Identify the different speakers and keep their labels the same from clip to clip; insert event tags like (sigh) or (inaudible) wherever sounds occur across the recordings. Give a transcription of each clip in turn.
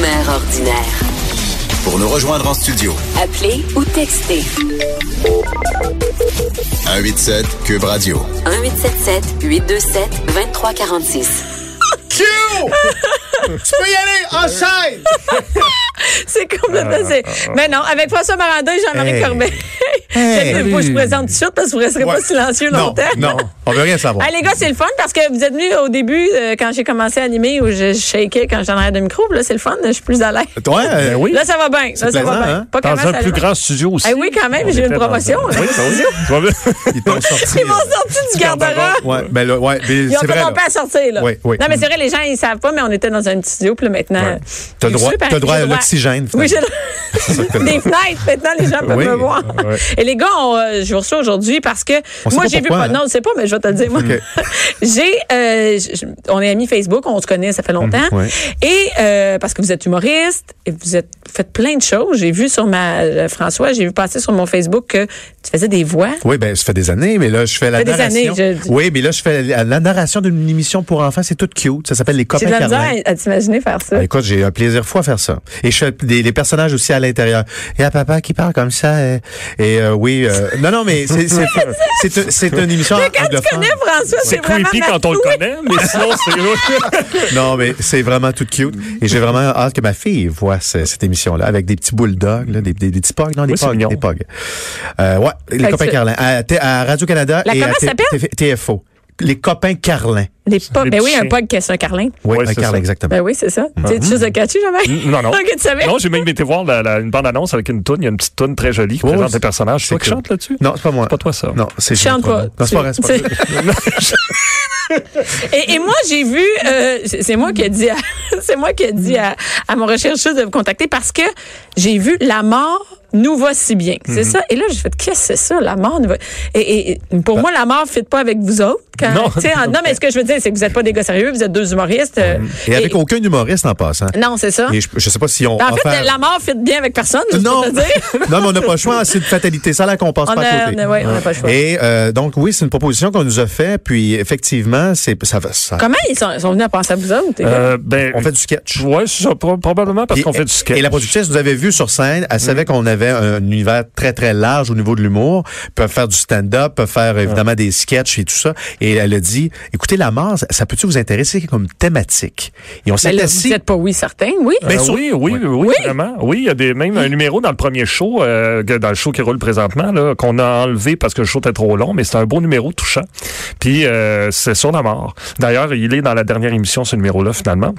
Speaker 1: Mère ordinaire.
Speaker 2: Pour nous rejoindre en studio,
Speaker 1: Appelez ou textez
Speaker 2: 187 Cube Radio.
Speaker 1: 1877 827 2346.
Speaker 3: Tu peux y aller, enchaîne!
Speaker 4: (laughs) C'est complètement. c'est- Mais non, avec François Maranda et Jean-Marie
Speaker 3: Hey.
Speaker 4: Corbet.
Speaker 3: Eh, Hey.
Speaker 4: Faut que je présente tout de suite parce que vous ne resterez
Speaker 3: Ouais.
Speaker 4: pas silencieux
Speaker 3: Non,
Speaker 4: longtemps.
Speaker 3: Non, on veut rien savoir.
Speaker 4: (laughs) Hey, les gars, c'est le fun parce que vous êtes venus au début euh, quand j'ai commencé à animer où je shakeais quand j'en avais de micro. Puis Là, c'est le fun. Je suis plus à l'aise.
Speaker 3: Toi, euh, oui.
Speaker 4: Là, ça va bien. Là, ça
Speaker 3: plaisant,
Speaker 4: va bien.
Speaker 3: hein?
Speaker 4: Pas comment
Speaker 5: Dans
Speaker 4: ça
Speaker 5: un
Speaker 4: allait
Speaker 5: plus
Speaker 4: bien.
Speaker 5: grand studio aussi.
Speaker 4: Eh oui, quand même,
Speaker 5: On
Speaker 4: j'ai
Speaker 5: était
Speaker 4: une
Speaker 5: dans
Speaker 4: promotion,
Speaker 5: un-
Speaker 4: là.
Speaker 5: Oui,
Speaker 4: (laughs)
Speaker 5: bah oui. (laughs)
Speaker 3: Ils t'ont sorti.
Speaker 4: Ils m'ont sorti du garde-robe.
Speaker 3: Ouais, ben là, ouais, mais
Speaker 4: Ils ont
Speaker 3: c'est vrai.
Speaker 4: commencé
Speaker 3: là.
Speaker 4: à sortir, là.
Speaker 3: Oui, oui.
Speaker 4: Non, mais c'est vrai, les gens, ils savent pas, mais on était dans un petit studio, puis là, maintenant.
Speaker 3: Ouais. T'as le droit-
Speaker 4: Super,
Speaker 3: t'as le droit à
Speaker 4: j'ai
Speaker 3: l'oxygène,
Speaker 4: Oui, j'ai
Speaker 3: finalement. (laughs) que t'as le
Speaker 4: le- Des fenêtres, maintenant, les gens peuvent
Speaker 3: Oui,
Speaker 4: me voir.
Speaker 3: ouais.
Speaker 4: Et les gars, on, euh, je vous reçois aujourd'hui parce que
Speaker 3: On sait
Speaker 4: moi,
Speaker 3: pas
Speaker 4: j'ai vu
Speaker 3: pourquoi,
Speaker 4: pas.
Speaker 3: hein.
Speaker 4: Non, je sais pas, mais je vais te le dire, moi.
Speaker 3: Ok.
Speaker 4: (laughs) j'ai. euh, j- j- on est amis Facebook, on se connaît, ça fait longtemps.
Speaker 3: Mhm, ouais.
Speaker 4: Et euh, parce que vous êtes humoriste, et vous êtes vous faites plein de choses. J'ai vu sur ma. euh, François, j'ai vu passer sur mon Facebook que tu faisais des voix.
Speaker 3: Oui, ben ça fait des années, mais là, je fais la
Speaker 4: fait des
Speaker 3: narration.
Speaker 4: années, je-
Speaker 3: Oui, mais là, je fais la, la narration d'une émission pour enfants. C'est toute cute. Ça s'appelle Les
Speaker 4: J'ai
Speaker 3: copains
Speaker 4: de la misère
Speaker 3: Carlin.
Speaker 4: à à t'imaginer faire ça.
Speaker 3: Ah, écoute, j'ai un plaisir fou à faire ça. Et je fais des, les personnages aussi à l'intérieur. Il y a papa qui parle comme ça. euh, Et, euh, oui, euh, non, non, mais c'est
Speaker 4: (laughs)
Speaker 3: c'est- c'est- c'est une émission
Speaker 4: Mais quand tu
Speaker 3: anglophone.
Speaker 4: connais François, c'est
Speaker 5: Ah, C'est
Speaker 4: vraiment
Speaker 5: creepy
Speaker 4: ma-
Speaker 5: quand on le
Speaker 4: Oui.
Speaker 5: connaît, mais sinon,
Speaker 4: (laughs)
Speaker 5: c'est.
Speaker 3: Non, mais c'est vraiment tout cute. Et j'ai vraiment hâte que ma fille voit ce- cette émission-là, avec des petits bulldogs, là, des, des, des petits pogs, non, des
Speaker 5: Oui, c'est
Speaker 3: pogs,
Speaker 5: mignon.
Speaker 3: des pogs. Euh, ouais, les
Speaker 4: que
Speaker 3: copains
Speaker 4: tu-
Speaker 3: Carlin. À, T- à Radio-Canada
Speaker 4: La-
Speaker 3: et
Speaker 4: comment
Speaker 3: à
Speaker 4: ça
Speaker 3: T- T- TFO. Les copains Carlin.
Speaker 4: Des pop-
Speaker 5: Les
Speaker 4: ben oui,
Speaker 5: petits
Speaker 4: un
Speaker 5: chiens.
Speaker 4: pog qui est un carlin.
Speaker 3: Oui,
Speaker 5: Ouais,
Speaker 3: un
Speaker 5: c'est
Speaker 3: Carlin,
Speaker 5: ça.
Speaker 3: exactement.
Speaker 4: Ben oui, c'est ça. Tu sais, tu as catché jamais?
Speaker 5: Non,
Speaker 4: (laughs)
Speaker 5: non.
Speaker 4: Ok, tu savais?
Speaker 5: Non, j'ai même été voir la- la- une bande-annonce avec une toune. Il y a une petite toune très jolie qui
Speaker 3: Oh,
Speaker 5: présente
Speaker 3: c'est-
Speaker 5: des personnages. C'est toi qui
Speaker 3: cool.
Speaker 5: chante là-dessus?
Speaker 3: Non, c'est pas moi.
Speaker 5: C'est pas toi, ça.
Speaker 3: Non, c'est
Speaker 4: Je chante
Speaker 3: Jean
Speaker 4: pas.
Speaker 3: Prono. Non, c'est pas vrai, c'est pas
Speaker 4: Tu-
Speaker 3: vrai.
Speaker 4: Et, et moi, j'ai vu, euh, c'est c'est moi qui ai dit, à- (laughs) c'est moi qui ai dit à, à mon rechercheuse de vous contacter parce que j'ai vu la mort nous va si bien.
Speaker 5: Mhm.
Speaker 4: C'est ça. Et là, j'ai fait, qu'est-ce que c'est ça, la mort nous va. Et, et- et pour moi, la mort ne fit pas avec vous autres. Quand,
Speaker 5: Ben- Non. Mhm.
Speaker 4: tu sais, en- non, mais ce que je veux dire, c'est que vous n'êtes pas des gars sérieux, vous êtes deux humoristes. euh,
Speaker 3: Et avec
Speaker 4: et-
Speaker 3: aucun humoriste en passant.
Speaker 4: Non, c'est ça.
Speaker 3: Et je, je sais pas si on.
Speaker 4: en fait,
Speaker 3: offert-
Speaker 4: la mort fit bien avec personne, je
Speaker 3: non.
Speaker 4: peux te
Speaker 3: (laughs)
Speaker 4: dire.
Speaker 3: non, mais on n'a pas le choix, hein, c'est une fatalité. Ça, là, qu'on passe
Speaker 4: On
Speaker 3: pas
Speaker 4: a-
Speaker 3: à côté.
Speaker 4: on a- ouais, on n'a pas le choix.
Speaker 3: Et euh, donc, oui, c'est une proposition qu'on nous a faite, puis effectivement, c'est ça, va- ça
Speaker 4: Comment ils sont, ils sont venus à penser à vous autres? les gars?
Speaker 5: Euh, ben,
Speaker 3: On fait du sketch.
Speaker 5: Ouais, c'est ça, pro- probablement parce
Speaker 3: Et-
Speaker 5: qu'on fait du sketch. Mm.
Speaker 3: Et la productrice nous avait vu sur scène. Elle savait qu'on avait un univers très, très large au niveau de l'humour. Peuvent faire du stand-up, peuvent
Speaker 5: Ah.
Speaker 3: faire évidemment des sketchs et tout ça. Et elle a dit, écoutez, la mort, ça, ça peut-tu vous intéresser comme thématique? Et on
Speaker 4: Mais
Speaker 3: s'est
Speaker 4: Ben là, vous
Speaker 3: assis.
Speaker 4: n'êtes pas oui, certain, oui.
Speaker 3: Ben,
Speaker 5: Euh,
Speaker 3: sur-
Speaker 5: oui, oui, oui, vraiment. Oui, il y a des, même un numéro dans le premier show, euh, que- dans le show qui roule présentement, là, qu'on a enlevé parce que le show était trop long, mais c'est un beau numéro touchant. Puis euh, c'est sur la mort. D'ailleurs, il est dans la dernière émission, ce numéro-là, finalement.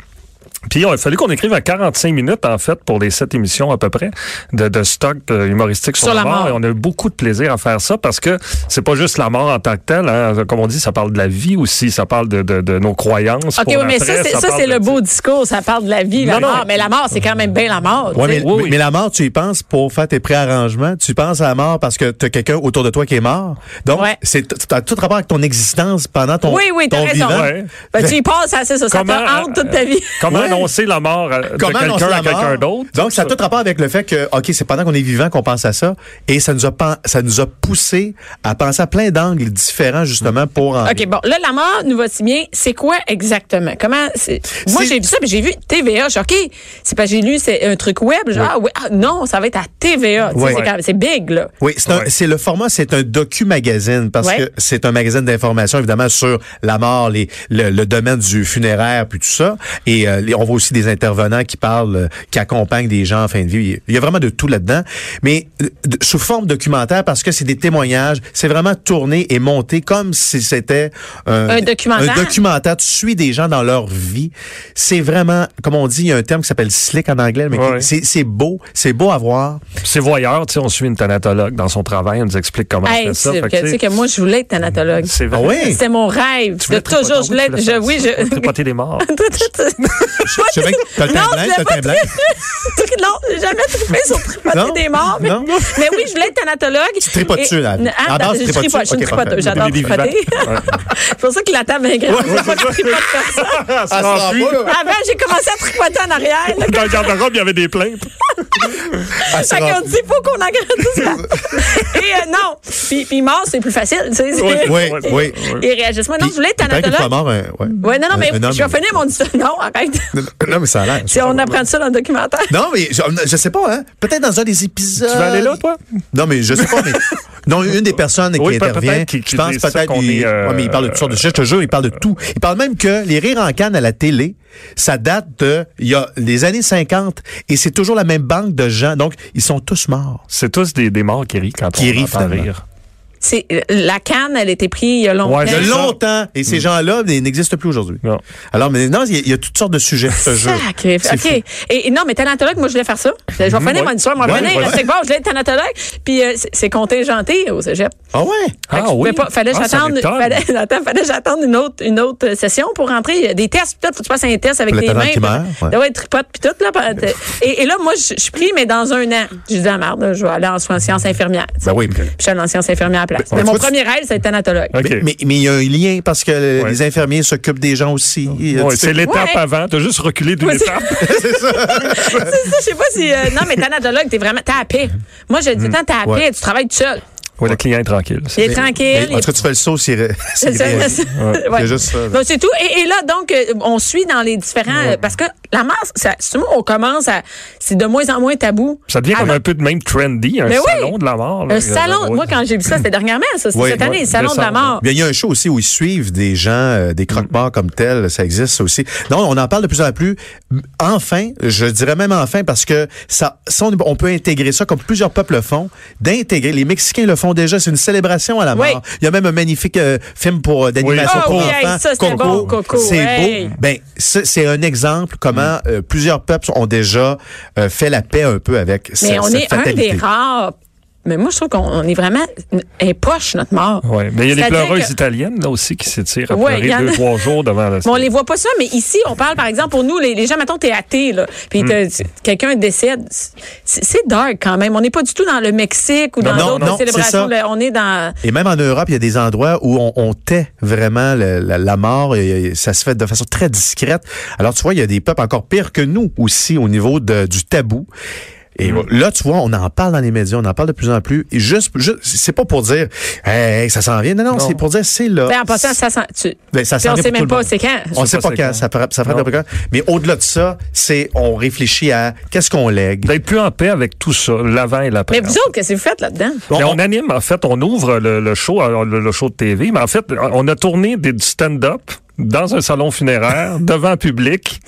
Speaker 5: Puis il a fallu qu'on écrive à 45 minutes, en fait, pour les sept émissions à peu près, de, de stock euh, humoristique sur, la, mort. Et on a eu beaucoup de plaisir à faire ça parce que c'est pas juste la mort en tant que telle. hein. Comme on dit, ça parle de la vie aussi, ça parle de, de- de nos croyances.
Speaker 4: OK,
Speaker 5: pour
Speaker 4: oui, mais
Speaker 5: après,
Speaker 4: ça, c'est, ça,
Speaker 5: parle
Speaker 4: c'est
Speaker 5: de-
Speaker 4: le beau discours. Ça parle de la vie, la
Speaker 5: Non, non.
Speaker 4: mort. Mais la mort, c'est quand même bien la mort.
Speaker 3: Ouais,
Speaker 4: tu
Speaker 3: mais,
Speaker 4: sais.
Speaker 5: oui, oui.
Speaker 3: mais la mort, tu y penses pour faire tes préarrangements. Tu y penses à la mort parce que tu as quelqu'un autour de toi qui est mort. Donc,
Speaker 4: Ouais.
Speaker 3: c'est c'est- t'as tout rapport avec ton existence pendant ton,
Speaker 4: oui, oui, t'as
Speaker 3: ton
Speaker 4: raison.
Speaker 3: vivant. euh,
Speaker 5: Ouais.
Speaker 4: Ben, tu y passes assez, ça. Ça te
Speaker 5: Comment,
Speaker 4: hante toute ta vie.
Speaker 5: Comment
Speaker 3: Ouais.
Speaker 5: annoncer la mort à- de
Speaker 3: Comment annoncer
Speaker 5: quelqu'un
Speaker 3: la
Speaker 5: à quelqu'un
Speaker 3: mort?
Speaker 5: d'autre?
Speaker 3: Donc, ça a tout rapport avec le fait que, OK, c'est pendant qu'on est vivant qu'on pense à ça. Et ça nous a, pen- ça nous a poussé à penser à plein d'angles différents, justement, pour en.
Speaker 4: OK, bon, là, la mort nous va si bien. C'est quoi exactement? Comment c'est. Moi,
Speaker 3: C'est-
Speaker 4: j'ai vu ça, puis j'ai vu TVA. Je suis OK. C'est parce que j'ai lu c'est un truc web. Genre, ah, oui, ah, non, ça va être à TVA. Tu sais,
Speaker 3: Ouais.
Speaker 4: C'est, quand même- c'est big, là.
Speaker 3: Oui, c'est un-
Speaker 5: Ouais.
Speaker 3: c'est le format, c'est un docu-magazine parce
Speaker 4: Ouais.
Speaker 3: que c'est un magazine d'information évidemment sur la mort, les, le, le domaine du funéraire puis tout ça. Et euh, les- on voit aussi des intervenants qui parlent, euh, qui accompagnent des gens en fin de vie. Il y a vraiment de tout là-dedans, mais euh, de- sous forme documentaire parce que c'est des témoignages, c'est vraiment tourné et monté comme si c'était
Speaker 4: Un documentaire.
Speaker 3: un documentaire. Tu suis des gens dans leur vie. C'est vraiment, comme on dit, il y a un terme qui s'appelle slick en anglais, mais qui-
Speaker 5: Ouais.
Speaker 3: c'est c'est beau, c'est beau à voir.
Speaker 5: C'est voyeur, tu sais, on suit une thanatologue dans son travail, elle nous explique comment
Speaker 4: Hey,
Speaker 5: elle fait ça.
Speaker 4: c'est-
Speaker 5: fait que,
Speaker 4: tu sais que moi, je voulais être thanatologue.
Speaker 5: c'est vrai.
Speaker 3: Ah oui?
Speaker 4: C'était mon rêve.
Speaker 5: Tu
Speaker 4: de
Speaker 5: voulais tripoter-
Speaker 4: toujours, je voulais.
Speaker 5: tu
Speaker 4: Je,
Speaker 5: faire
Speaker 4: oui,
Speaker 5: ça,
Speaker 4: je.
Speaker 5: tripoter
Speaker 3: (laughs)
Speaker 5: les morts.
Speaker 3: Je sais bien que t'as le teint blanc,
Speaker 4: Non, je
Speaker 3: t'as
Speaker 4: l'ai
Speaker 3: le
Speaker 4: pas
Speaker 3: teint blanc.
Speaker 4: (laughs) non, j'ai jamais trippé sur
Speaker 3: Non?
Speaker 4: tripoter des morts. Mais,
Speaker 3: Non?
Speaker 4: mais oui, je voulais être thanatologue. Tu
Speaker 3: tripotes dessus, là.
Speaker 4: Ah,
Speaker 3: À base,
Speaker 4: je
Speaker 3: tu tripotes
Speaker 4: tripote, je suis une
Speaker 3: dessus. Ok, parfait.
Speaker 4: tripoteuse. J'adore
Speaker 5: Des
Speaker 4: tripoter. (laughs) c'est pour ça que la table est grande. Je pas de tripote personne.
Speaker 3: Ah,
Speaker 5: Ah, ça
Speaker 3: ça
Speaker 5: s'enfuit.
Speaker 3: va, là.
Speaker 4: Avant, j'ai commencé à tripoter en arrière. là.
Speaker 5: Dans le garde-robe, il y avait des plaintes.
Speaker 3: Ah, c'est
Speaker 4: Fait qu'on
Speaker 3: rare.
Speaker 4: dit, faut qu'on agrandisse
Speaker 3: (laughs)
Speaker 4: la... Et euh, non. Puis, puis mort, c'est plus facile. tu sais, c'est-
Speaker 5: Oui,
Speaker 3: Oui, oui.
Speaker 4: Les réagissements. Non, je voulais être
Speaker 3: Peut-être qu'il soit
Speaker 4: thanatologue.
Speaker 3: mort un- ouais.
Speaker 4: Ouais, non, non,
Speaker 3: Un-
Speaker 4: mais
Speaker 3: un homme.
Speaker 4: je vais finir mon histoire. (laughs) Non, arrête.
Speaker 3: non, mais ça a l'air.
Speaker 4: Si on apprend ça dans le documentaire.
Speaker 3: Non, mais je, je sais pas, hein. Peut-être dans un des épisodes.
Speaker 5: Tu vas aller là, toi?
Speaker 3: Non, mais je sais pas,
Speaker 5: (laughs)
Speaker 3: mais. Non, une des personnes
Speaker 5: Oui,
Speaker 3: qui
Speaker 5: peut-
Speaker 3: intervient,
Speaker 5: peut-être qu'il-
Speaker 3: je
Speaker 5: qu'il
Speaker 3: pense
Speaker 5: dise ça
Speaker 3: peut-être.
Speaker 5: qu'on
Speaker 3: il-
Speaker 5: est, euh,
Speaker 3: ouais, mais il parle de toutes sortes de choses. Je te jure, il parle de tout. Il parle même que les rires en canne à la télé, ça date de, il y a les années 50, et c'est toujours la même banque de gens. Donc, ils sont tous morts.
Speaker 5: C'est tous des, des morts qui rient quand
Speaker 3: Qui
Speaker 5: on
Speaker 3: rient,
Speaker 5: entend
Speaker 3: finalement.
Speaker 5: rire.
Speaker 4: C'est, euh, la canne, elle a été prise il y a longtemps.
Speaker 5: Ouais,
Speaker 3: Il y a
Speaker 5: C'est ça. Mm.
Speaker 3: longtemps, et ces gens-là ils n'existent plus aujourd'hui.
Speaker 5: Non.
Speaker 3: Alors, mais non, il y a- il y, a toutes sortes de sujets, je te jure.
Speaker 4: Sacré.
Speaker 3: C'est
Speaker 4: OK.
Speaker 3: fou. Mhm,
Speaker 4: Et, et non, mais tanatologue, moi, je voulais faire ça. Je vais finir
Speaker 5: ouais.
Speaker 4: mon histoire, moi,
Speaker 3: Ouais,
Speaker 4: revenir.
Speaker 3: ouais.
Speaker 4: C'est que bon, je voulais être tanatologue. Puis euh, c'est- c'est contingenté au cégep.
Speaker 3: Ah ouais?
Speaker 4: Fait que je pouvais pas- fallait que
Speaker 5: Ah, ça
Speaker 4: j'attende,
Speaker 5: m'étonne.
Speaker 4: fallait, (laughs) attends, fallait que j'attende une autre, une autre session pour rentrer. Il y a Des tests, peut-être, faut que tu passes un test avec
Speaker 3: Le
Speaker 4: tes
Speaker 3: talent
Speaker 4: mains. Ah
Speaker 3: qui meurt, ouais. Ben
Speaker 4: Ouais, tripote, puis tout, là. par- Et, et là, moi, je je suis pris, mais dans un an. J'ai dit, ah, merde, là, je vais aller en soins en sciences infirmières. tu sais.
Speaker 3: Ben oui.
Speaker 4: Puis je suis allée en sciences infirmières à la place.
Speaker 3: Ben,
Speaker 4: mais
Speaker 3: tu
Speaker 4: mon
Speaker 3: vois, tu-
Speaker 4: premier rêve, c'est tanatologue.
Speaker 5: OK.
Speaker 3: Mais mais il y a un lien parce que
Speaker 5: Ouais.
Speaker 3: les infirmiers s'occupent des gens aussi.
Speaker 5: Ouais,
Speaker 3: Tu sais-
Speaker 5: c'est l'étape
Speaker 4: Ouais.
Speaker 5: avant. T'as juste reculé d'une
Speaker 4: Ouais, c'est-
Speaker 5: étape.
Speaker 4: (laughs) C'est ça, je sais pas si. euh, non, mais tanatologue, t'es vraiment. T'es à paix. Moi, je dis, tant t'es à paix,
Speaker 3: Ouais.
Speaker 4: tu travailles tout seul.
Speaker 5: Ouais, le client est tranquille.
Speaker 4: Il est
Speaker 5: Mais-
Speaker 4: tranquille.
Speaker 3: Mais En tout cas, tu fais le saut, (laughs) c'est
Speaker 4: C'est ça, c'est ça. Ouais.
Speaker 3: juste ça, là.
Speaker 4: Donc, c'est tout. Et, et là, donc, euh, on suit dans les différents. euh, Parce que la masse, ça, souvent, on commence à. C'est de moins en moins tabou.
Speaker 5: Ça devient comme
Speaker 4: Avant-
Speaker 5: un peu de même trendy, un
Speaker 4: Ah, Mais oui.
Speaker 5: salon de la mort. là.
Speaker 4: Un salon.
Speaker 5: Ouais.
Speaker 4: Moi, quand j'ai vu ça, c'était dernièrement, ça. C'était
Speaker 3: Ouais,
Speaker 4: cette année,
Speaker 5: ouais,
Speaker 4: le salon de la
Speaker 5: décembre.
Speaker 4: mort.
Speaker 3: Bien, il y a un show aussi où ils suivent des gens, euh,
Speaker 4: Mm-hmm.
Speaker 3: des croque-morts comme tels, ça existe ça aussi. Non, on en parle de plus en plus. Enfin, je dirais même enfin, parce que ça, ça, on, on peut intégrer ça comme plusieurs peuples le font, d'intégrer. Les Mexicains le font déjà, c'est une célébration à la mort.
Speaker 4: Oui.
Speaker 3: Il y a même un magnifique euh, film pour euh, d'animation
Speaker 5: Oui.
Speaker 3: pour
Speaker 5: Oh,
Speaker 4: oui,
Speaker 3: enfants,
Speaker 4: hey, ça, c'était
Speaker 3: Coco.
Speaker 4: bon, Coco,
Speaker 3: C'est
Speaker 4: hey. Mm.
Speaker 3: beau. Ben, c'est c'est un exemple comment euh, plusieurs peuples ont déjà euh, fait la paix un peu avec ce-
Speaker 4: Mais on
Speaker 3: cette
Speaker 4: est
Speaker 3: fatalité.
Speaker 4: un des rares. Mais moi, je trouve qu'on on est vraiment un poche, notre mort.
Speaker 5: Ouais. Mais il y a des
Speaker 4: C'est-à-dire
Speaker 5: pleureuses
Speaker 4: que-
Speaker 5: italiennes là, aussi qui s'étirent à
Speaker 4: Ouais, il y en
Speaker 5: pleurer deux,
Speaker 4: a-
Speaker 5: trois jours devant la
Speaker 4: Mais on les voit pas ça, mais ici, on parle, par exemple, pour nous, les, les gens, mettons, t'es athée, là, puis
Speaker 3: Hmm.
Speaker 4: t'as- tu- quelqu'un décède. C'est c'est dark quand même. On n'est pas du tout dans le Mexique ou dans
Speaker 3: Non, non,
Speaker 4: d'autres
Speaker 3: non, c'est
Speaker 4: célébrations.
Speaker 3: ça. Ah,
Speaker 4: là. on est dans.
Speaker 3: Et même en Europe, il y a des endroits où on, on tait vraiment le- la, la mort et, et ça se fait de façon très discrète. Alors tu vois, il y a des peuples encore pires que nous aussi au niveau de- du tabou. Et là, tu vois, on en parle dans les médias, on en parle de plus en plus. Et juste, juste- c'est pas pour dire, hey, ça s'en vient. Non, non, c'est pour dire, c'est là.
Speaker 4: Ben, en passant, ça sent. Tu,
Speaker 3: Ben, ça
Speaker 4: puis
Speaker 3: s'en
Speaker 4: on
Speaker 3: vient pour
Speaker 4: sait
Speaker 3: tout
Speaker 4: même
Speaker 3: le
Speaker 4: pas
Speaker 3: monde.
Speaker 4: c'est quand.
Speaker 3: On sait pas quand, ça fera, ça fera
Speaker 5: Non.
Speaker 3: pas quand. Mais au-delà de ça, c'est, on réfléchit à qu'est-ce qu'on lègue.
Speaker 5: D'être plus en paix avec tout ça, l'avant et l'après.
Speaker 4: Mais vous autres, qu'est-ce que vous faites là-dedans?
Speaker 5: Mais on, anime, en fait, on ouvre le, le show, euh, le, le show de TV, mais en fait, on a tourné des, du stand-up dans un salon (laughs) funéraire, devant public,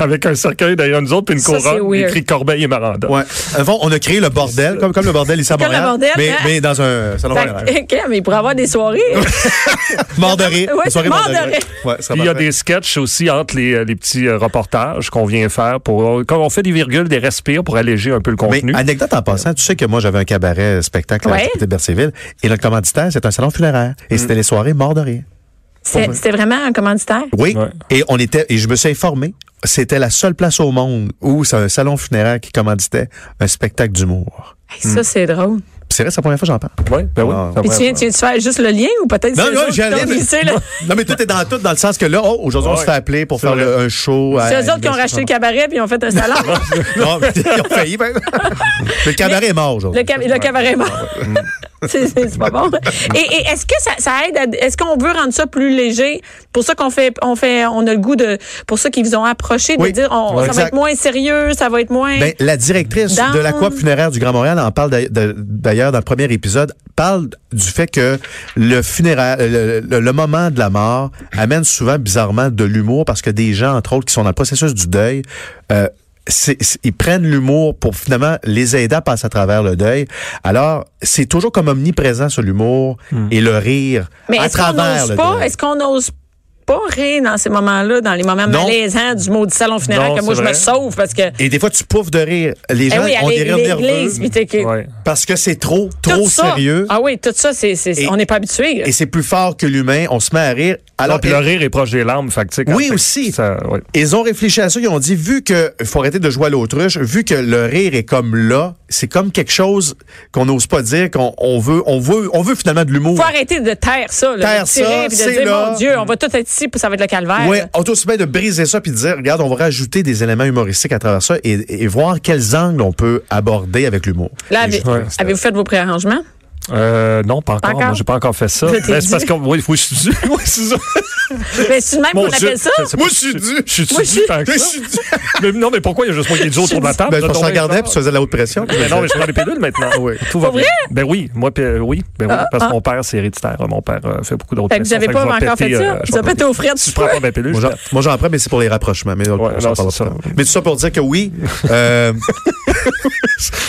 Speaker 5: avec un cercueil derrière nous autres, puis une
Speaker 4: Ça, c'est
Speaker 5: couronne,
Speaker 4: weird.
Speaker 5: écrit Corbeil et Maranda.
Speaker 3: Ouais. Avant, on a créé le bordel, comme, comme le bordel ici à
Speaker 4: Comme le
Speaker 3: Montréal.
Speaker 4: bordel,
Speaker 3: mais,
Speaker 4: hein?
Speaker 3: mais dans un salon
Speaker 4: Fait
Speaker 3: funéraire.
Speaker 4: que- (laughs) OK, mais il pourrait avoir des soirées.
Speaker 3: Mort de rire.
Speaker 4: Ouais,
Speaker 3: Une soirée
Speaker 4: mort
Speaker 3: mort de
Speaker 4: de
Speaker 3: rire.
Speaker 4: rire.
Speaker 3: Ouais, ça
Speaker 5: Puis il y a
Speaker 3: parfait.
Speaker 5: des sketchs aussi entre les, euh, les petits euh, reportages qu'on vient faire pour euh, quand on fait des virgules, des respires pour alléger un peu le
Speaker 3: Mais
Speaker 5: contenu.
Speaker 3: anecdote en passant, tu sais que moi j'avais un cabaret euh, spectacle à
Speaker 4: Ouais.
Speaker 3: la Cité de Bercéville et le commanditaire c'est un salon funéraire et
Speaker 5: Mm.
Speaker 3: c'était les soirées mort de rire.
Speaker 4: C'est- C'était vraiment un commanditaire?
Speaker 3: Oui,
Speaker 5: Ouais.
Speaker 3: et on était et je me suis informé, c'était la seule place au monde où c'est un salon funéraire qui commanditait un spectacle d'humour.
Speaker 4: Hey, ça, c'est drôle.
Speaker 3: Puis C'est vrai, c'est la première fois que j'en parle.
Speaker 5: Ouais, ben oui,
Speaker 3: Ah.
Speaker 5: ça
Speaker 4: Puis
Speaker 5: va.
Speaker 4: tu viens, tu viens de faire juste le lien ou peut-être
Speaker 3: Non,
Speaker 4: c'est eux
Speaker 3: non,
Speaker 4: autres qui
Speaker 3: j'allais-
Speaker 4: t'ont glissé, là?
Speaker 3: (laughs) Non, mais tout est dans tout, dans le sens que là, oh, aujourd'hui, on
Speaker 5: Ouais.
Speaker 3: se fait appeler pour
Speaker 5: C'est
Speaker 3: faire
Speaker 5: vrai.
Speaker 3: le- un show. à-
Speaker 4: C'est eux autres qui ont racheté le cabaret puis ils ont fait un salon.
Speaker 3: (laughs) Non, ils ont failli.
Speaker 4: (laughs)
Speaker 3: ben. Le cabaret est mort aujourd'hui.
Speaker 4: Le, cab- le cabaret est mort. (laughs) c'est c'est- c'est pas bon. Et, et est-ce que ça, ça aide? à- Est-ce qu'on veut rendre ça plus léger? Pour ça qu'on fait, on fait, on a le goût de, pour ceux qui vous ont approché, de
Speaker 3: Oui.
Speaker 4: dire, on-
Speaker 3: Ouais,
Speaker 4: ça va
Speaker 3: exact.
Speaker 4: être moins sérieux, ça va être moins.
Speaker 3: Ben, la directrice
Speaker 4: Down.
Speaker 3: de la coop funéraire du Grand Montréal en parle d'ailleurs- de- d'ailleurs dans le premier épisode, parle du fait que le funéraire, le, le- le moment de la mort amène souvent bizarrement de l'humour parce que des gens, entre autres, qui sont dans le processus du deuil, euh, c'est- c'est- ils prennent l'humour pour finalement les aider à passer à travers le deuil. Alors, c'est toujours comme omniprésent sur l'humour et le rire
Speaker 4: Mais
Speaker 3: à
Speaker 4: est-ce qu'on
Speaker 3: travers
Speaker 4: n'ose
Speaker 3: le
Speaker 4: pas?
Speaker 3: deuil.
Speaker 4: Est-ce qu'on n'ose pas rire dans ces moments-là, dans les moments
Speaker 3: Non.
Speaker 4: malaisants du maudit salon funéraire
Speaker 5: Non,
Speaker 4: que moi
Speaker 5: c'est
Speaker 4: je me
Speaker 5: vrai.
Speaker 4: sauve parce que.
Speaker 3: Et des fois, tu pouffes de rire. Les
Speaker 4: Eh
Speaker 3: gens
Speaker 4: oui,
Speaker 3: ont
Speaker 4: aller
Speaker 3: des rires
Speaker 4: à
Speaker 3: nerveux
Speaker 4: l'église, puis t'es que-
Speaker 5: Ouais.
Speaker 3: parce que c'est trop,
Speaker 4: tout
Speaker 3: trop
Speaker 4: ça-
Speaker 3: sérieux.
Speaker 4: Ah oui, tout ça, c'est, c'est-
Speaker 3: Et-
Speaker 4: on n'est pas habitué.
Speaker 3: et c'est plus fort que l'humain. On se met à rire.
Speaker 5: Alors,
Speaker 3: Alors,
Speaker 5: puis le rire est proche des larmes, fait que, tu sais, quand
Speaker 3: Oui,
Speaker 5: c'est-
Speaker 3: aussi.
Speaker 5: ça- ouais.
Speaker 3: ils ont réfléchi à ça. Ils ont dit, vu que faut arrêter de jouer à l'autruche, vu que le rire est comme là, c'est comme quelque chose qu'on n'ose pas dire, qu'on on veut, on veut, on veut finalement de l'humour.
Speaker 4: faut arrêter de taire ça, là,
Speaker 3: Taire
Speaker 4: de tirer,
Speaker 3: ça,
Speaker 4: puis de
Speaker 3: c'est
Speaker 4: dire,
Speaker 3: là.
Speaker 4: mon Dieu, on va tout être ici, puis ça va être le calvaire.
Speaker 3: Ouais,
Speaker 4: là.
Speaker 3: on doit aussi bien de briser ça puis de dire, regarde, on va rajouter des éléments humoristiques à travers ça et, et voir quels angles on peut aborder avec l'humour.
Speaker 4: Là,
Speaker 3: Et
Speaker 4: avez-
Speaker 3: je-
Speaker 5: ouais, c'était-
Speaker 4: avez-vous fait vos préarrangements?
Speaker 5: Euh, non, pas encore.
Speaker 4: Pas encore? (laughs)
Speaker 5: Moi, j'ai pas encore fait ça. Ben,
Speaker 4: Je t'ai
Speaker 5: Mais
Speaker 4: dit.
Speaker 5: c'est parce que (laughs) oui, oui, je suis oui, c'est ça.
Speaker 4: Mais c'est de Ben, même qu'on
Speaker 5: Mon Dieu,
Speaker 4: appelle ça.
Speaker 5: je sais pas
Speaker 3: Moi,
Speaker 5: si
Speaker 3: je suis
Speaker 5: tu-
Speaker 3: dû.
Speaker 5: (laughs) Je suis
Speaker 4: Moi, je suis-
Speaker 5: tant que
Speaker 3: Je
Speaker 5: ça?
Speaker 3: suis dû.
Speaker 5: Mais non, mais pourquoi il y a juste moi qui est du autour de la table?
Speaker 3: Ben, je
Speaker 5: T'as
Speaker 3: pense qu'on
Speaker 5: tombé
Speaker 3: regardait,
Speaker 5: bizarre.
Speaker 3: puis ça faisait la haute pression.
Speaker 5: Mais non, mais je prends des
Speaker 3: (laughs)
Speaker 5: pilules maintenant. Oui. Tout va
Speaker 4: Pour
Speaker 5: bien.
Speaker 4: vrai? Ah,
Speaker 5: Ben oui, moi, puis, euh, oui, ben oui, parce que mon père, c'est héréditaire. Mon père euh, fait beaucoup d'autres
Speaker 4: Fait que vous
Speaker 5: pressions.
Speaker 4: avez
Speaker 5: Fait
Speaker 4: pas
Speaker 5: je vais
Speaker 4: encore fait
Speaker 5: péter,
Speaker 4: ça.
Speaker 5: euh, je
Speaker 4: Vous
Speaker 5: vais
Speaker 4: avez
Speaker 5: péter.
Speaker 4: été au frais
Speaker 5: Si
Speaker 4: du
Speaker 5: je prends
Speaker 4: feu.
Speaker 5: pas ma pilule,
Speaker 3: Moi,
Speaker 5: je
Speaker 3: j'en- moi, j'en prends, mais c'est pour les rapprochements. Mais, on- on
Speaker 5: Ouais, non,
Speaker 3: s'en parle
Speaker 5: c'est
Speaker 3: pas.
Speaker 5: ça.
Speaker 3: mais tout ça pour dire que oui, euh,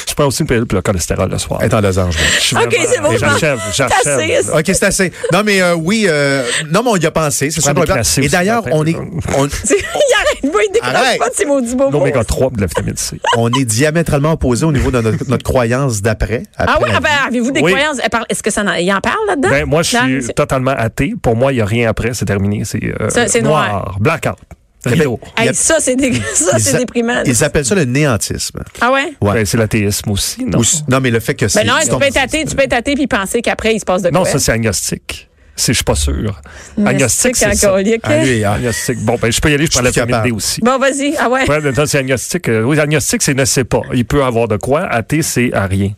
Speaker 5: je prends aussi une pilule pour le cholestérol le soir.
Speaker 3: est en losange.
Speaker 4: (laughs)
Speaker 5: Je suis
Speaker 4: OK,
Speaker 5: vraiment-
Speaker 3: hein.
Speaker 4: c'est bon, je m'en-
Speaker 5: J'achève,
Speaker 4: (laughs) T'as assez,
Speaker 5: j'achève.
Speaker 4: c'est-
Speaker 3: OK, c'est assez. Non, mais euh, oui, euh, non, mais on y a pensé. C'est
Speaker 5: prends
Speaker 3: ça
Speaker 5: des
Speaker 3: le problème.
Speaker 5: classés
Speaker 3: Et
Speaker 5: aussi,
Speaker 3: d'ailleurs,
Speaker 5: matin,
Speaker 3: on est, on,
Speaker 4: (laughs) il arrête pas, il décroche
Speaker 3: Arrête.
Speaker 4: pas de ces maudits beaux mots.
Speaker 5: L'oméga 3 de la vitamine C.
Speaker 3: on est diamétralement opposés au niveau de notre, notre croyance d'après.
Speaker 4: Ah
Speaker 3: Après
Speaker 4: oui,
Speaker 3: la
Speaker 4: ah ben, avez-vous des
Speaker 5: Oui.
Speaker 4: croyances? Elle parle- Est-ce que ça en, il en parle là-dedans?
Speaker 5: Ben, moi, je
Speaker 4: Dans-
Speaker 5: suis totalement athée. Pour moi, il n'y a rien après, c'est terminé. C'est euh,
Speaker 4: Ça, c'est noir.
Speaker 5: noir. Blackout. Rideau.
Speaker 3: Il y a-
Speaker 4: Hey, ça, c'est dé- ça,
Speaker 3: Ils
Speaker 4: c'est
Speaker 3: a-
Speaker 4: déprimant.
Speaker 3: Ils appellent ça le néantisme.
Speaker 4: Ah ouais?
Speaker 3: Ouais.
Speaker 5: Ben, c'est l'athéisme aussi, non?
Speaker 3: Ou s- non, mais le fait que c'est.
Speaker 4: Ben non, tu
Speaker 3: non,
Speaker 4: peux être athée, tu peux être athée puis penser qu'après, il se passe de quoi?
Speaker 5: Non, ça, c'est agnostique. C'est, je suis pas sûr.
Speaker 4: Mais
Speaker 5: Agnostique,
Speaker 4: c'est
Speaker 5: c'est ça.
Speaker 4: alcoolique.
Speaker 3: Ah, lui, ah,
Speaker 5: Agnostique. Bon, ben, je peux y aller, je
Speaker 3: suis
Speaker 5: parle de la
Speaker 3: capable.
Speaker 5: vitamine D aussi.
Speaker 4: Bon, vas-y. Ah ouais?
Speaker 5: Ouais, en même temps, c'est agnostique. Euh, oui, agnostique, c'est ne sait pas. Il peut avoir de quoi. Athée, c'est à rien.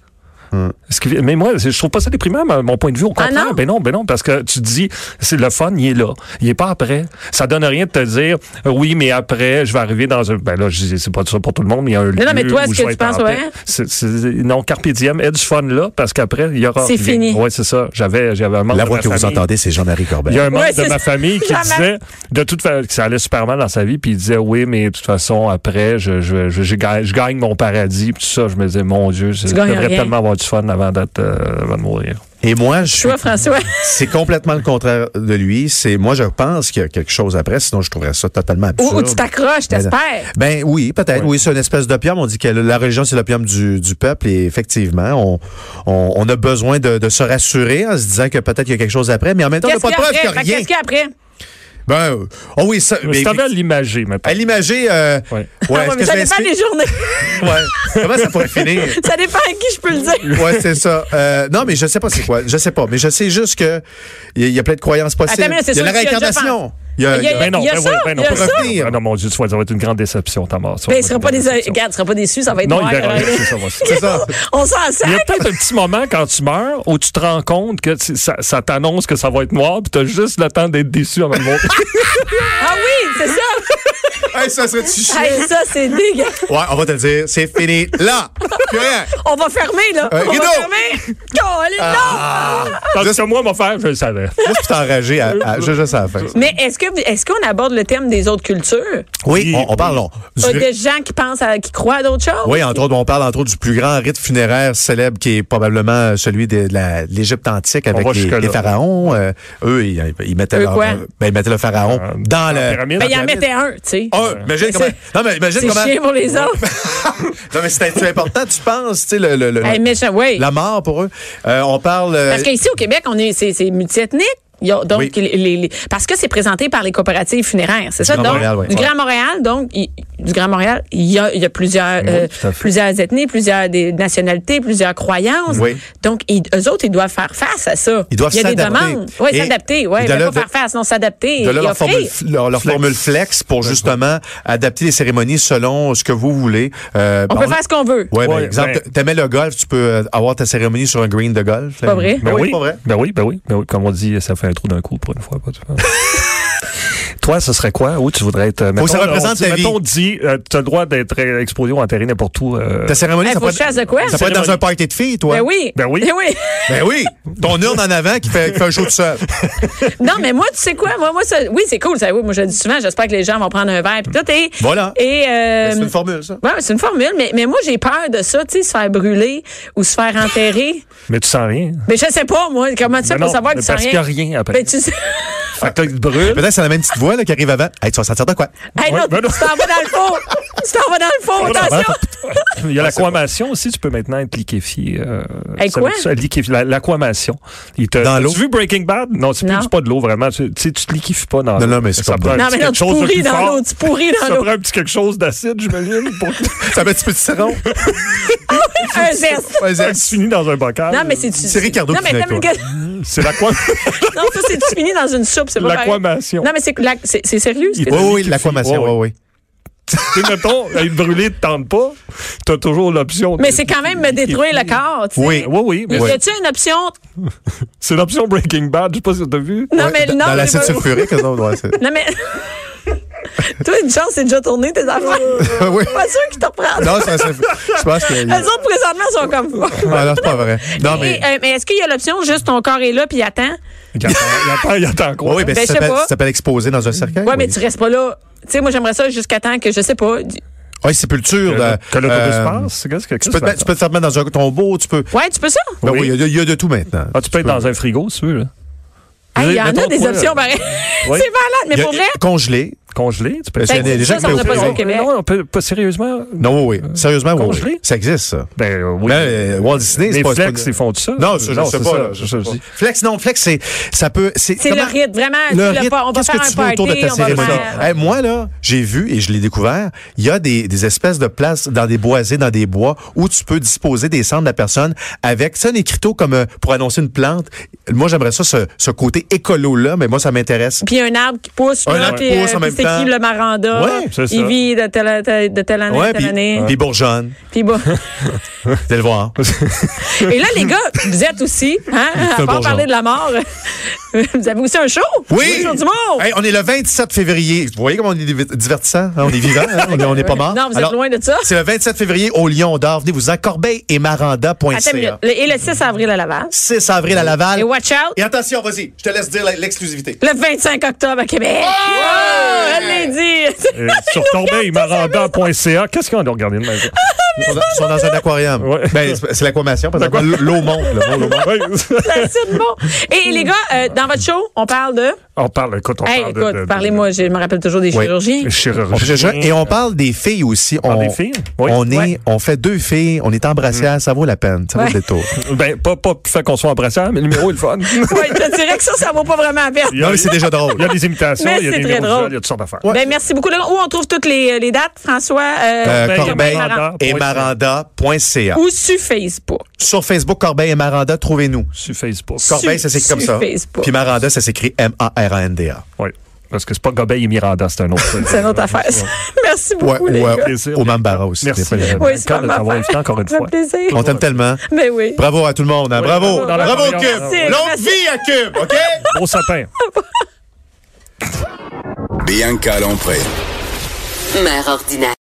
Speaker 3: Hmm.
Speaker 5: Ce qui- mais moi, c'est- je trouve pas ça déprimant, ma- mon point de vue. Au
Speaker 4: Ah
Speaker 5: contraire,
Speaker 4: non?
Speaker 5: ben non, ben non, parce que tu te dis, c'est le fun, il est là. Il est pas après. Ça donne rien de te dire, euh, oui, mais après, je vais arriver dans un. Ben là, je dis, c'est pas ça pour tout le monde, mais il y a un lieu.
Speaker 4: non, mais toi,
Speaker 5: où
Speaker 4: est-ce
Speaker 5: je
Speaker 4: que
Speaker 5: vais
Speaker 4: tu
Speaker 5: être en
Speaker 4: penses,
Speaker 5: paix.
Speaker 4: ouais?
Speaker 5: C'est- c'est- Non, Carpe Diem, aie du fun là, parce qu'après, il y aura.
Speaker 4: C'est
Speaker 5: rien.
Speaker 4: fini.
Speaker 5: Ouais, c'est ça. J'avais, j'avais un membre
Speaker 3: La
Speaker 5: de
Speaker 3: voix
Speaker 5: ma
Speaker 3: que vous
Speaker 5: famille.
Speaker 3: entendez, c'est Jean-Marie Corbet.
Speaker 5: Il y a un membre
Speaker 4: Ouais,
Speaker 5: de
Speaker 4: c'est
Speaker 5: ma
Speaker 4: ça.
Speaker 5: famille qui
Speaker 4: La ma-
Speaker 5: disait de toute façon que ça allait super mal dans sa vie, puis il disait oui, mais de toute façon après je je, je, je gagne, je gagne mon paradis, puis tout ça. Je me disais mon Dieu, je je
Speaker 4: gagnes
Speaker 5: devrais
Speaker 4: rien.
Speaker 5: tellement avoir du fun avant d'être euh, avant de mourir.
Speaker 3: Et moi, je suis.
Speaker 4: Toi, François?
Speaker 3: C'est complètement le contraire de lui. C'est moi, je pense qu'il y a quelque chose après, sinon je trouverais ça totalement
Speaker 4: Ou,
Speaker 3: absurde.
Speaker 4: ou tu t'accroches, t'espères.
Speaker 3: Ben oui, peut-être. Oui, c'est une espèce d'opium. On dit que la religion, c'est l'opium du, du peuple. Et effectivement, on, on, on a besoin de, de se rassurer en se disant que peut-être qu'il y a quelque chose après. Mais en même temps, on n'a
Speaker 4: Qu'est-ce
Speaker 3: pas de
Speaker 4: qu'il y a
Speaker 3: preuve
Speaker 4: après?
Speaker 3: qu'il n'y a
Speaker 4: Fait que
Speaker 3: rien.
Speaker 4: Qu'est-ce Ah, qu'il y a après?
Speaker 3: Ben, euh, oh oui, ça.
Speaker 5: Mais
Speaker 3: mais-
Speaker 5: si t'avais à l'imager maintenant.
Speaker 3: à l'imager, euh,
Speaker 5: Ouais.
Speaker 3: ouais,
Speaker 4: Ah ouais,
Speaker 3: est-ce
Speaker 4: mais
Speaker 3: que
Speaker 4: ça
Speaker 3: je
Speaker 4: dépend
Speaker 3: l'inscris?
Speaker 4: des journées. (laughs)
Speaker 3: Ouais. Comment ça pourrait finir?
Speaker 4: ça dépend à qui je peux
Speaker 3: (laughs)
Speaker 4: le dire.
Speaker 3: Ouais, c'est ça. Euh, non, mais je sais pas c'est quoi. Je sais pas. Mais je sais juste que il y, a- il y a plein de croyances possibles.
Speaker 4: Attends, mais c'est
Speaker 3: il y a la
Speaker 4: sûr qu'il y a déjà
Speaker 3: réincarnation.
Speaker 4: Il y a-
Speaker 5: Ben non,
Speaker 4: il y a
Speaker 5: ben
Speaker 4: ça,
Speaker 5: oui, ben
Speaker 4: il
Speaker 5: non,
Speaker 4: y a
Speaker 5: ben
Speaker 4: ça.
Speaker 5: non. Ah non, mon Dieu, tu vas- ça va être une grande déception, ta mort. ça
Speaker 4: Ben, il
Speaker 5: va être
Speaker 4: sera
Speaker 5: une
Speaker 4: pas
Speaker 5: grande
Speaker 4: déçu.
Speaker 5: déception.
Speaker 4: Regarde, il sera pas déçu, ça va être
Speaker 5: Non,
Speaker 4: noir.
Speaker 5: il verra
Speaker 4: alors.
Speaker 5: rien, c'est ça, moi, ça.
Speaker 4: hein.
Speaker 3: C'est
Speaker 5: (laughs)
Speaker 3: ça.
Speaker 4: On s'en sert.
Speaker 5: Il y a peut-être un petit moment quand tu meurs où tu te rends compte que tu- ça, ça t'annonce que ça va être noir, puis t'as juste le temps d'être déçu avant de mourir.
Speaker 4: Ah oui, c'est ça.
Speaker 3: (laughs) Hey, ça serait-tu chiant?
Speaker 4: Hey, ça, c'est dégueu.
Speaker 3: Ouais, on va te le dire. C'est fini. Là! Plus rien.
Speaker 4: On va fermer, là.
Speaker 3: Euh, Ah.
Speaker 4: On
Speaker 3: rideau.
Speaker 4: va fermer. Colin, non!
Speaker 5: Tandis que moi, mon frère, je le savais.
Speaker 3: Juste pour t'enrager à, à, juste juste à la fin.
Speaker 4: Mais est-ce que est-ce qu'on aborde le thème des autres cultures?
Speaker 3: Oui, on, on parle. on-
Speaker 4: Pas
Speaker 3: du-
Speaker 4: de gens qui pensent à, qui croient à d'autres choses?
Speaker 3: oui, entre autres, on parle entre autres du plus grand rite funéraire célèbre qui est probablement celui de la- de l'Égypte antique avec
Speaker 5: va
Speaker 3: les,
Speaker 5: jusque-là.
Speaker 3: les pharaons. Euh, eux, ils, ils mettaient
Speaker 4: Eux
Speaker 3: leur-
Speaker 4: quoi?
Speaker 3: ben, ils mettaient le pharaon
Speaker 5: Euh,
Speaker 3: dans
Speaker 5: la
Speaker 3: Ah, le
Speaker 5: pyramide.
Speaker 4: Ben, il en
Speaker 3: pyramide.
Speaker 4: mettait un, tu sais.
Speaker 3: Un, imagine
Speaker 4: Mais
Speaker 3: comment.
Speaker 4: c'est-
Speaker 3: Non, mais imagine
Speaker 4: C'est
Speaker 3: comment.
Speaker 4: chier pour les autres.
Speaker 3: (laughs) non, mais c'est c'est important, tu penses, tu sais, le, le- le-
Speaker 4: Hey, méchant, oui.
Speaker 3: la mort pour eux. Euh, on parle. euh,
Speaker 4: Parce qu'ici, au Québec, on est, c'est, c'est multiethnique. Il y a donc,
Speaker 3: Oui.
Speaker 4: les- les- les- parce que c'est présenté par les coopératives funéraires, c'est ça?
Speaker 3: Grand
Speaker 4: donc,
Speaker 3: Montréal, oui.
Speaker 4: du Grand Montréal, donc, il- du Grand Montréal, il y a, il y a plusieurs, euh,
Speaker 5: tout à fait.
Speaker 4: plusieurs ethnies, plusieurs des nationalités, plusieurs croyances.
Speaker 3: Oui.
Speaker 4: Donc, ils, eux autres, ils doivent faire face à ça.
Speaker 3: Ils doivent
Speaker 4: Il y a des
Speaker 3: s'adapter.
Speaker 4: demandes. Oui,
Speaker 3: Et
Speaker 4: s'adapter. Oui,
Speaker 3: de
Speaker 4: mais
Speaker 3: là,
Speaker 4: pas
Speaker 3: de-
Speaker 4: faire face, non, s'adapter.
Speaker 3: De là,
Speaker 4: et
Speaker 3: leur
Speaker 4: offrir.
Speaker 3: formule, leur, leur
Speaker 5: Flex.
Speaker 3: formule flex pour justement adapter les cérémonies selon ce que vous voulez. Euh,
Speaker 4: On
Speaker 3: ben,
Speaker 4: peut faire ce qu'on veut.
Speaker 3: Ouais, par
Speaker 5: Ouais,
Speaker 3: exemple,
Speaker 5: ben-
Speaker 3: t- t'aimais le golf, tu peux euh, avoir ta cérémonie sur un green de golf.
Speaker 4: pas vrai.
Speaker 3: Ben oui, c'est pas vrai.
Speaker 5: Ben oui, ben oui, ben oui. Comme on dit, ça fait un trou d'un coup pour une fois. Pas tout
Speaker 3: (laughs)
Speaker 5: le temps. Toi, ce serait quoi? Où tu voudrais être? euh,
Speaker 3: que ça
Speaker 5: là, on
Speaker 3: représente
Speaker 5: dit-
Speaker 3: ta vie.
Speaker 5: Mettons, on dit, tu as le droit d'être euh, exposé ou enterré n'importe où. euh,
Speaker 3: Ta cérémonie,
Speaker 4: Hey,
Speaker 3: ça
Speaker 4: faut
Speaker 3: pourrait
Speaker 4: que je fasse de quoi?
Speaker 3: ça pourrait être dans un party de filles, toi.
Speaker 4: Ben oui.
Speaker 5: Ben oui.
Speaker 4: Ben (laughs) oui.
Speaker 3: Ben oui. Ton urne en avant qui fait, qui fait un show tout
Speaker 4: (laughs)
Speaker 3: seul.
Speaker 4: Non, mais moi, tu sais quoi? Moi, moi ça, oui, c'est cool. Ça, oui, moi, je le dis souvent, j'espère que les gens vont prendre un verre. Puis tout, et,
Speaker 3: Voilà. Ben,
Speaker 4: Et, euh,
Speaker 3: C'est une formule, ça.
Speaker 4: ouais, c'est une formule, mais, mais moi, j'ai peur de ça, tu sais, se faire brûler ou se faire enterrer.
Speaker 5: Mais tu sens rien.
Speaker 4: mais je sais pas, moi, comment tu fais
Speaker 5: Ben
Speaker 4: pour
Speaker 5: non,
Speaker 4: savoir que
Speaker 5: mais
Speaker 4: tu sens
Speaker 5: Parce qu'il n'y a
Speaker 4: rien?
Speaker 5: rien après.
Speaker 4: Ben, tu sais. (laughs)
Speaker 5: Fait que là, il te brûle.
Speaker 3: (laughs) Peut-être que c'est la même petite voix là, qui arrive avant. Hey, tu vas sentir de quoi?
Speaker 4: Hey, non,
Speaker 5: Ouais, ben non. Ben
Speaker 4: tu t'en vas dans le fond. tu t'en vas dans le fond, attention.
Speaker 5: Il y a l'aquamation aussi, tu peux maintenant être liquéfié. euh,
Speaker 4: Hey,
Speaker 5: ça
Speaker 4: quoi?
Speaker 5: veut dire ça, liquéfié, la- l'aquamation. Il te-
Speaker 3: Dans
Speaker 5: As-tu
Speaker 3: l'eau?
Speaker 5: vu Breaking Bad? Non, c'est
Speaker 4: Non.
Speaker 5: plus- c'est pas de l'eau vraiment. Tu tu sais, tu te liquéfies pas dans
Speaker 3: Non,
Speaker 5: l'eau.
Speaker 3: non, mais c'est
Speaker 5: Ça
Speaker 3: comme-
Speaker 5: prend un
Speaker 4: Non,
Speaker 5: petit
Speaker 4: mais non,
Speaker 5: quelque
Speaker 4: tu
Speaker 5: chose de
Speaker 4: pourris
Speaker 5: plus
Speaker 4: dans
Speaker 5: fort.
Speaker 4: l'eau, tu pourris dans
Speaker 5: Ça
Speaker 4: l'eau.
Speaker 5: prend un petit quelque chose d'acide, j'imagine,
Speaker 4: (laughs)
Speaker 5: pour
Speaker 3: Ça met un petit peu de citron.
Speaker 5: ben
Speaker 4: Un zeste.
Speaker 3: Ouais,
Speaker 5: ça
Speaker 3: c'est-
Speaker 5: se finit dans un bocal.
Speaker 4: Non, mais c'est tu.
Speaker 3: C'est Ricardo
Speaker 4: Non,
Speaker 3: qui
Speaker 4: mais
Speaker 3: disait
Speaker 4: t'as une
Speaker 3: quoi.
Speaker 4: gueule- (laughs)
Speaker 5: C'est l'aqua-
Speaker 4: Non, ça, c'est tu finis dans une soupe, c'est pas pareil.
Speaker 5: l'aquamation.
Speaker 4: Non, mais c'est la- c'est c'est sérieux. ce que
Speaker 5: Il-
Speaker 4: tu
Speaker 3: Oui,
Speaker 4: dis.
Speaker 3: oui, l'aquamation,
Speaker 5: Ouais,
Speaker 3: oui, oui.
Speaker 5: tu sais, mettons, être brûlé te tente pas, t'as toujours l'option.
Speaker 4: Mais
Speaker 5: de-
Speaker 4: c'est quand même me détruire le corps, tu sais.
Speaker 5: Oui, oui, oui. Mais
Speaker 4: Y a-t-il une option?
Speaker 5: C'est l'option Breaking Bad, je sais pas si t'as vu.
Speaker 4: Non, mais
Speaker 3: dans
Speaker 4: non.
Speaker 3: dans
Speaker 4: mais-
Speaker 3: l'acide sulfurique, non, ouais, c'est-
Speaker 4: Non, mais. (laughs) Toi, une chance, c'est déjà tourné tes affaires.
Speaker 5: (laughs)
Speaker 3: oui.
Speaker 4: Pas sûr qu'ils te reprennent.
Speaker 3: Non, c'est acide- Je pense qu'il
Speaker 4: (laughs)
Speaker 3: y
Speaker 4: Les
Speaker 3: a.
Speaker 4: autres, présentement, sont comme.
Speaker 3: Ah, non, c'est pas vrai. Non,
Speaker 4: (laughs)
Speaker 3: mais.
Speaker 4: Et, euh, mais est-ce qu'il y a l'option juste ton corps est là puis il attend?
Speaker 5: Il attend, il attend, Ah, il attend quoi?
Speaker 3: Oui, oui, ben, ça
Speaker 4: Ben, je sais
Speaker 3: s'appelle-
Speaker 4: pas.
Speaker 3: ça s'appelle exposer dans un cercueil.
Speaker 4: Ouais, mais
Speaker 3: oui.
Speaker 4: tu restes pas là. Tu sais, moi, j'aimerais ça jusqu'à temps que, je sais pas. du-
Speaker 3: Ah Oui, sépulture.
Speaker 5: Que,
Speaker 3: là,
Speaker 5: que l'autobus
Speaker 3: euh,
Speaker 5: passe? Qu'est-ce que
Speaker 3: Tu peux, te mettre- tu peux te faire mettre dans un tombeau, tu peux.
Speaker 4: Ouais, tu peux ça?
Speaker 3: Ben
Speaker 5: Oui.
Speaker 3: oui, il y a de- il y, a de tout maintenant.
Speaker 5: Ah, tu peux être dans un frigo, si tu veux. là.
Speaker 4: Ah, il y
Speaker 5: Mettons,
Speaker 4: en a des
Speaker 5: toi,
Speaker 4: options, (laughs) pareil.
Speaker 5: Oui.
Speaker 4: C'est malade, mais
Speaker 3: euh, Il y a-
Speaker 4: pour vrai.
Speaker 3: Congelé.
Speaker 5: Congelé, tu peux
Speaker 3: Ben,
Speaker 5: être-
Speaker 3: c'est- il y a des gens
Speaker 4: ça,
Speaker 3: qui
Speaker 4: ça, on
Speaker 3: le
Speaker 4: n'a pas
Speaker 3: font.
Speaker 4: ça au Québec.
Speaker 5: Non, on peut pas sérieusement.
Speaker 4: Ben,
Speaker 3: Non, oui, oui. Sérieusement, oui, oui.
Speaker 5: Congelé?
Speaker 3: Ça existe, ça.
Speaker 5: Ben euh, oui.
Speaker 3: Ben, euh, Walt Disney, c'est
Speaker 5: les
Speaker 3: pas c'est
Speaker 5: flex,
Speaker 3: pas-
Speaker 5: ils font de ça.
Speaker 3: Non, ça, je sais
Speaker 5: c'est
Speaker 3: pas.
Speaker 5: ça,
Speaker 3: là, je
Speaker 5: ça,
Speaker 3: sais
Speaker 5: je
Speaker 3: pas.
Speaker 5: dis.
Speaker 3: Flex, non, flex, c'est, ça peut, c'est.
Speaker 4: C'est
Speaker 3: comment-
Speaker 4: le rythme, vraiment. tu
Speaker 3: Le
Speaker 4: l'as
Speaker 3: rythme,
Speaker 4: pas- on va
Speaker 3: qu'est-ce
Speaker 4: faire
Speaker 3: que
Speaker 4: un
Speaker 3: tu veux autour de
Speaker 4: party,
Speaker 3: ta
Speaker 4: on va
Speaker 3: cérémonie?
Speaker 4: faire-
Speaker 3: Hey, Eh, moi, là, j'ai vu et je l'ai découvert, il y a des, des espèces de places dans des boisés, dans des bois, où tu peux disposer des cendres de la personne avec, c'est un écriteau comme euh, pour annoncer une plante. Moi, j'aimerais ça, ce, ce côté écolo-là, mais moi, ça m'intéresse.
Speaker 4: Puis un arbre qui pousse,
Speaker 3: Un
Speaker 4: là,
Speaker 3: arbre
Speaker 4: puis,
Speaker 3: qui pousse en
Speaker 4: euh,
Speaker 3: même
Speaker 4: puis c'est
Speaker 3: temps.
Speaker 4: qui le maranda?
Speaker 3: Ouais,
Speaker 5: c'est ça.
Speaker 4: Il vit de telle, à telle- de telle année à
Speaker 3: Ouais,
Speaker 4: telle
Speaker 3: puis,
Speaker 4: année.
Speaker 3: puis bourgeonne.
Speaker 4: Puis
Speaker 3: (laughs)
Speaker 4: bon.
Speaker 3: Vous allez le voir.
Speaker 4: Et là, les gars, vous êtes aussi, hein,
Speaker 3: un
Speaker 4: à part
Speaker 3: bon
Speaker 4: parler
Speaker 3: genre.
Speaker 4: de la mort, (laughs) vous avez aussi un show?
Speaker 3: Oui!
Speaker 4: Le show du monde!
Speaker 3: Hey, on est le 27 février. Vous voyez comment on est div- divertissant? hein? On est vivant, hein? on est- on n'est pas mort.
Speaker 4: Non, vous êtes
Speaker 3: Alors,
Speaker 4: loin de ça.
Speaker 3: C'est le 27 février au Lion d'Or. Venez-vous-en, Corbeil et
Speaker 4: Attends une minute.
Speaker 3: Maranda.ca.
Speaker 4: Le- Et le 6 avril à Laval.
Speaker 3: 6 avril à Laval.
Speaker 4: Et watch out!
Speaker 3: Et attention, vas-y, je te laisse dire la- l'exclusivité.
Speaker 4: Le 25 octobre à Québec. Wow! Elle l'a dit. (laughs)
Speaker 5: Euh, Sur tombeilmaranda.ca, qu'est-ce qu'on doit regarder de
Speaker 4: (laughs)
Speaker 5: même?
Speaker 3: Ils sont, dans- ils sont dans un aquarium.
Speaker 5: Ouais.
Speaker 3: Ben, c'est c'est l'aquamation, parce que
Speaker 5: L'aqua-
Speaker 3: l'eau monte. là, l'eau monte.
Speaker 5: Ouais.
Speaker 4: Ça, c'est bon. Et les gars, euh, dans votre show, on parle de.
Speaker 5: on parle, écoute, on
Speaker 4: Hey,
Speaker 5: parle de- de,
Speaker 4: écoute,
Speaker 5: de-
Speaker 4: parlez-moi, je me rappelle toujours des
Speaker 3: Oui.
Speaker 5: (laughs)
Speaker 4: chirurgiens.
Speaker 5: de chirurgie.
Speaker 3: On fait juste- et on parle des filles aussi. On,
Speaker 5: parle des filles, oui. Mm.
Speaker 3: on, est,
Speaker 4: Ouais.
Speaker 3: on fait deux filles, on est en brassière, ça vaut la peine, ça vaut
Speaker 4: Ouais.
Speaker 3: le détour.
Speaker 5: Ben, pas, pas pour faire qu'on soit en brassière, mais le numéro est le
Speaker 3: (laughs)
Speaker 5: fun.
Speaker 4: Oui, je te dirais que ça, ça vaut pas vraiment la peine.
Speaker 5: Il y a-
Speaker 3: Non, mais c'est déjà drôle.
Speaker 5: Oh, Il y a des imitations,
Speaker 4: Mais
Speaker 5: il y a
Speaker 4: c'est
Speaker 5: des
Speaker 4: très
Speaker 5: numéros
Speaker 4: drôle.
Speaker 5: visuels, il y a toutes sortes d'affaires.
Speaker 3: Ouais.
Speaker 4: Ben, merci beaucoup. Là, où on trouve toutes les, les dates, François?
Speaker 3: Euh,
Speaker 5: Corbeil
Speaker 3: Corbeil
Speaker 5: Maranda.
Speaker 3: et Maranda.ca.
Speaker 4: Ou sur Facebook.
Speaker 3: Sur Facebook, Corbeil et Maranda, trouvez-nous.
Speaker 5: Sur Facebook.
Speaker 3: Corbeil, ça
Speaker 4: Sur-
Speaker 3: s'écrit comme
Speaker 4: sur
Speaker 3: ça.
Speaker 4: Facebook.
Speaker 3: Puis Maranda, ça s'écrit M-A-R-A-N-D-A.
Speaker 5: Oui. Parce que c'est pas Gobeil et Miranda, c'est un autre.
Speaker 4: (laughs) C'est une autre affaire. ça. (laughs) merci
Speaker 3: Ouais,
Speaker 4: beaucoup, les
Speaker 3: ouais,
Speaker 4: gars.
Speaker 5: gars.
Speaker 3: au Mambara aussi.
Speaker 5: Merci.
Speaker 3: des fois, il y a-
Speaker 4: Oui, c'est
Speaker 5: Encore
Speaker 4: pas
Speaker 5: de
Speaker 4: ma
Speaker 5: t'avoir
Speaker 4: affaire.
Speaker 5: invité encore une
Speaker 4: Ça fait
Speaker 5: fois.
Speaker 4: plaisir.
Speaker 3: On t'aime tellement.
Speaker 4: Mais oui.
Speaker 3: Bravo à tout le monde. hein.
Speaker 5: Oui,
Speaker 3: Bravo.
Speaker 5: bravo. Dans la
Speaker 3: Bravo,
Speaker 5: première
Speaker 3: Cube.
Speaker 5: heure.
Speaker 4: Merci.
Speaker 3: Longue
Speaker 4: Merci.
Speaker 3: vie à Cube, OK?
Speaker 5: Beau sapin.
Speaker 2: Bianca Lompré.
Speaker 1: Mère ordinaire.